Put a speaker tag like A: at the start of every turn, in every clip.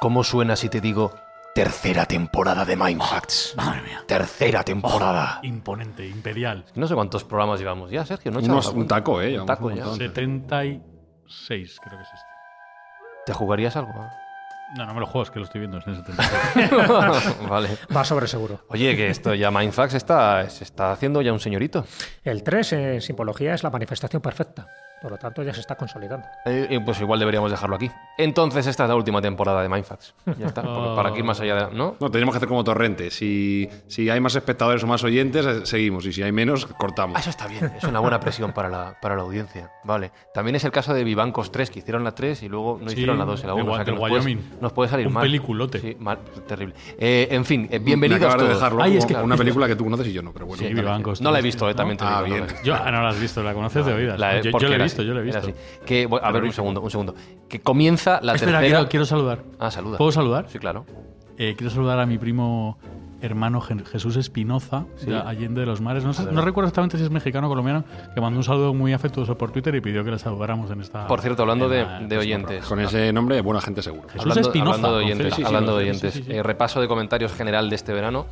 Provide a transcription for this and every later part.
A: ¿Cómo suena si te digo tercera temporada de Mindhacks?
B: Madre mía.
A: Tercera temporada.
B: Imponente, imperial.
A: Oh. No sé cuántos programas llevamos ya, Sergio. No he
C: Unos-
A: echado la
C: un
A: cuenta.
C: taco, ¿eh?
A: Un taco ya.
B: 76, creo que es este.
A: ¿Te jugarías algo?
B: No, no me lo juego, es que lo estoy viendo, es en el 76.
A: vale.
D: Va sobre seguro.
A: Oye, que esto ya Mindhacks está, se está haciendo ya un señorito.
D: El 3 en simbología es la manifestación perfecta. Por lo tanto, ya se está consolidando.
A: Eh, eh, pues igual deberíamos dejarlo aquí. Entonces esta es la última temporada de Mindhacks. Ya está. porque para aquí más allá de... ¿No?
C: No, tenemos que hacer como torrente. Si, si hay más espectadores o más oyentes, eh, seguimos. Y si hay menos, cortamos.
A: Ah, Eso está bien, es una buena presión para la, para la audiencia. Vale. También es el caso de Vivancos 3, que hicieron la 3 y luego no
B: Sí,
A: hicieron la 2 y la
B: de
A: 1. o sea
B: Wa-
A: que
B: del
A: nos, puedes-
B: Wyoming.
A: nos puede salir
B: Un
A: mal.
B: peliculote.
A: Sí, mal, terrible. Eh, en fin, eh,
C: Me
A: bienvenidos
C: acabas de
A: todos.
C: dejarlo
B: Ay, es
C: como
B: que-
C: una película que tú conoces y yo no, pero bueno.
B: Sí,
C: Vale.
B: Vivancos
A: No la he
B: 3,
A: visto, eh,
B: ¿no?
A: también te digo, no
C: Ah,
A: la he
C: bien.
A: visto.
B: Yo, ah, no la has visto, la conoces de oídas.
A: La-
B: Yo- yo,
A: porque
B: la he
A: era
B: visto,
A: así,
B: yo la he
A: era
B: visto.
A: así. Que, bueno, a ver, un segundo, un segundo. Que comienza la
B: Espera,
A: tercera...
B: quiero, quiero saludar.
A: Ah, saluda.
B: ¿Puedo saludar?
A: Sí, claro.
B: Eh, quiero saludar a mi primo hermano Gen- Jesús Espinoza, de Allende de los Mares. No, sé- no recuerdo exactamente si es mexicano o colombiano, que mandó un saludo muy afectuoso por Twitter y pidió que le saludáramos en esta.
A: Por cierto, hablando
B: en
A: de,
B: la-
A: de
B: pues,
A: oyentes...
C: Con ese nombre, buena gente seguro.
B: Jesús
A: hablando,
B: Espinoza,
A: hablando de
B: con
A: oyentes,
B: Z, sí, sí,
A: hablando
B: lo-
A: de
B: sí,
A: oyentes.
B: sí, sí.
A: Eh, repaso de comentarios general de este verano.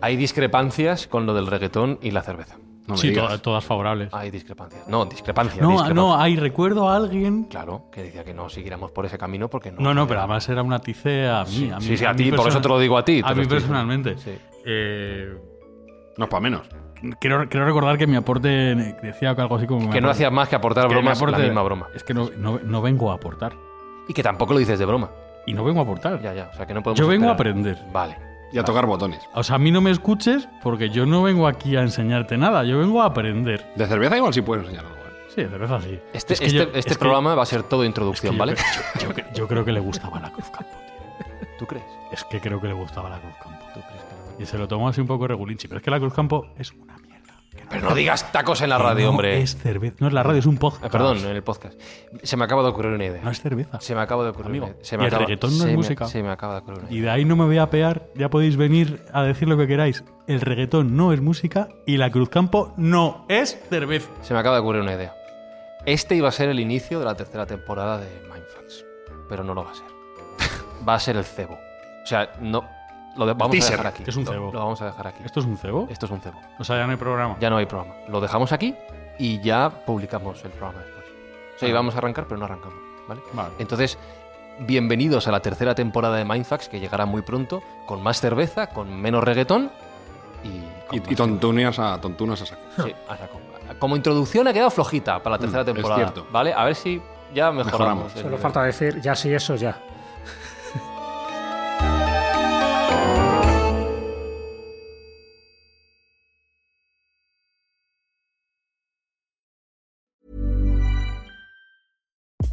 A: Hay discrepancias con lo del reggaetón y la cerveza.
C: No me
B: sí,
C: digas.
B: to- todas favorables.
A: Hay discrepancias. No, discrepancias.
B: No, no, hay recuerdo a alguien.
A: Claro, que decía que no siguiéramos por ese camino porque no.
B: No, no, pero además era una tice a mí.
A: Sí,
B: a mí-
A: sí, sí, a
B: mí
A: ti, por eso
B: persona-
A: te lo digo a ti. te
B: A
A: lo
B: mí
A: estoy diciendo.
B: personalmente.
A: Sí.
B: Eh,
C: No es para menos.
B: quiero, quiero recordar que mi aporte eh, decía algo así como.
A: Que no hacías más que aportar
B: que mi
A: bromas,
B: aporte-
A: la misma broma.
B: Es que no, no- no vengo a aportar.
A: Y que tampoco lo dices de broma.
B: Y no vengo a aportar.
A: Ya, ya. O sea, que no podemos.
B: Yo vengo a
A: esperar.
B: aprender.
A: Vale.
C: Y a tocar botones.
B: O sea, a mí no me escuches porque yo no vengo aquí a enseñarte nada. Yo vengo a aprender.
C: De cerveza igual sí puedes enseñar algo. ¿eh?
B: Sí, de verdad, sí.
A: Este,
B: Es que
A: este,
B: yo-
A: este
B: es que-
A: programa va a ser todo
B: es que
A: introducción,
B: yo-
A: ¿vale?
B: Yo, yo- yo creo que le gustaba la Cruz Campo, tío.
A: ¿Tú crees?
B: Es que creo que le gustaba la Cruz Campo.
A: ¿Tú crees que no?
B: Y se lo tomó así un poco regulinchi. Pero es que la Cruz Campo es una mierda. Que
A: Pero no digas tacos en la
B: que
A: radio,
B: no
A: hombre.
B: Es cerveza. No es la radio, es un podcast.
A: Eh, perdón, en el podcast. Se me acaba de ocurrir una idea.
B: No es cerveza.
A: Se me acaba de ocurrir
B: Amigo,
A: una idea. Se me
B: y el
A: acaba-
B: reggaetón no
A: se
B: es
A: me-
B: música.
A: Se me acaba de ocurrir una idea.
B: Y de ahí no me voy a pear. Ya podéis venir a decir lo que queráis. El reggaetón no es música y la Cruz Campo no es cerveza.
A: Se me acaba de ocurrir una idea. Este iba a ser el inicio de la tercera temporada de Mindfacts, pero no lo va a ser. Va a ser el cebo. O sea, no lo de- vamos
C: Teaser.
A: a dejar aquí.
B: ¿Qué es un
A: Lo-
B: cebo?
A: Lo, vamos a dejar aquí.
B: ¿Esto es un cebo?
A: Esto es un cebo.
B: O sea, ya no hay programa.
A: Ya no hay programa. Lo dejamos aquí y ya publicamos el programa después. O sea, íbamos a arrancar, pero no arrancamos, ¿vale?
B: Ah. Vale.
A: Entonces, bienvenidos a la tercera temporada de Mindfacts que llegará muy pronto con más cerveza, con menos reggaetón y con más
C: Y, y tontunas a tontunas a saco.
A: Sí, a saco. Como introducción ha quedado flojita para la tercera
C: Mm, es
A: temporada.
C: cierto.
A: ¿Vale? A ver si ya mejoramos.
C: Mejoramos.
A: el
D: Solo
A: nivel.
D: falta decir ya sí, eso ya.